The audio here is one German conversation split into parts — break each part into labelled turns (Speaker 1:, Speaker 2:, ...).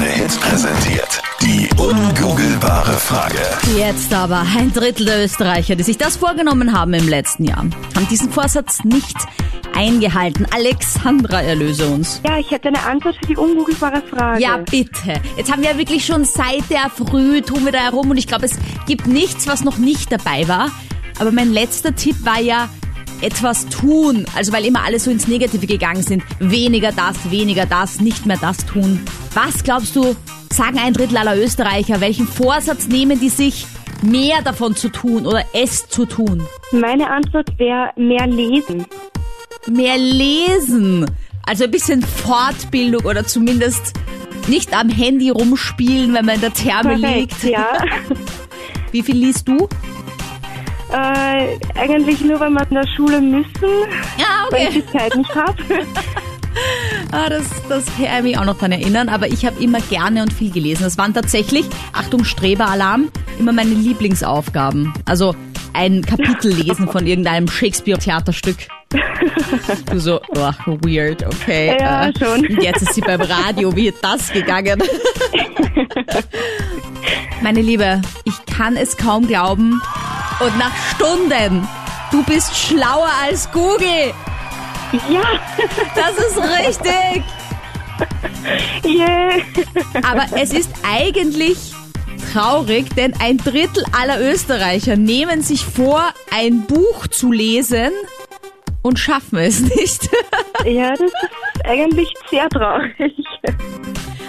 Speaker 1: Hit präsentiert die ungoogelbare Frage.
Speaker 2: Jetzt aber ein Drittel der Österreicher, die sich das vorgenommen haben im letzten Jahr, haben diesen Vorsatz nicht eingehalten. Alexandra, erlöse uns.
Speaker 3: Ja, ich hätte eine Antwort für die ungoogelbare Frage.
Speaker 2: Ja, bitte. Jetzt haben wir wirklich schon seit der Früh, tun wir da herum und ich glaube, es gibt nichts, was noch nicht dabei war. Aber mein letzter Tipp war ja etwas tun. Also weil immer alle so ins Negative gegangen sind. Weniger das, weniger das, nicht mehr das tun. Was glaubst du, sagen ein Drittel aller Österreicher, welchen Vorsatz nehmen die sich, mehr davon zu tun oder es zu tun?
Speaker 3: Meine Antwort wäre mehr lesen.
Speaker 2: Mehr lesen. Also ein bisschen Fortbildung oder zumindest nicht am Handy rumspielen, wenn man in der Therme liegt.
Speaker 3: Perfekt, ja.
Speaker 2: Wie viel liest du?
Speaker 3: äh, eigentlich nur, wenn wir in der Schule müssen,
Speaker 2: Ja,
Speaker 3: weil ich die Zeit nicht habe.
Speaker 2: Ah, das, das kann ich mich auch noch dran erinnern, aber ich habe immer gerne und viel gelesen. Das waren tatsächlich, Achtung, Streberalarm, immer meine Lieblingsaufgaben. Also ein Kapitel lesen von irgendeinem Shakespeare-Theaterstück. Du so, oh, weird, okay.
Speaker 3: Ja,
Speaker 2: äh,
Speaker 3: schon.
Speaker 2: Und jetzt ist sie beim Radio, wie ist das gegangen? Meine Liebe, ich kann es kaum glauben. Und nach Stunden, du bist schlauer als Google.
Speaker 3: ja,
Speaker 2: Das ist richtig.
Speaker 3: yeah.
Speaker 2: Aber es ist eigentlich traurig, denn ein Drittel aller Österreicher nehmen sich vor, ein Buch zu lesen und schaffen es nicht.
Speaker 3: ja, das ist eigentlich sehr traurig.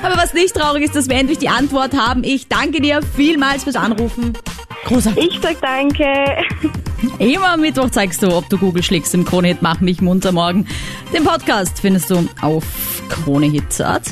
Speaker 2: Aber was nicht traurig ist, dass wir endlich die Antwort haben. Ich danke dir vielmals fürs Anrufen. Großartig.
Speaker 3: Ich sag danke.
Speaker 2: Immer am Mittwoch zeigst du, ob du Google schlägst im Kronehit Mach mich munter morgen. Den Podcast findest du auf kronehit.at.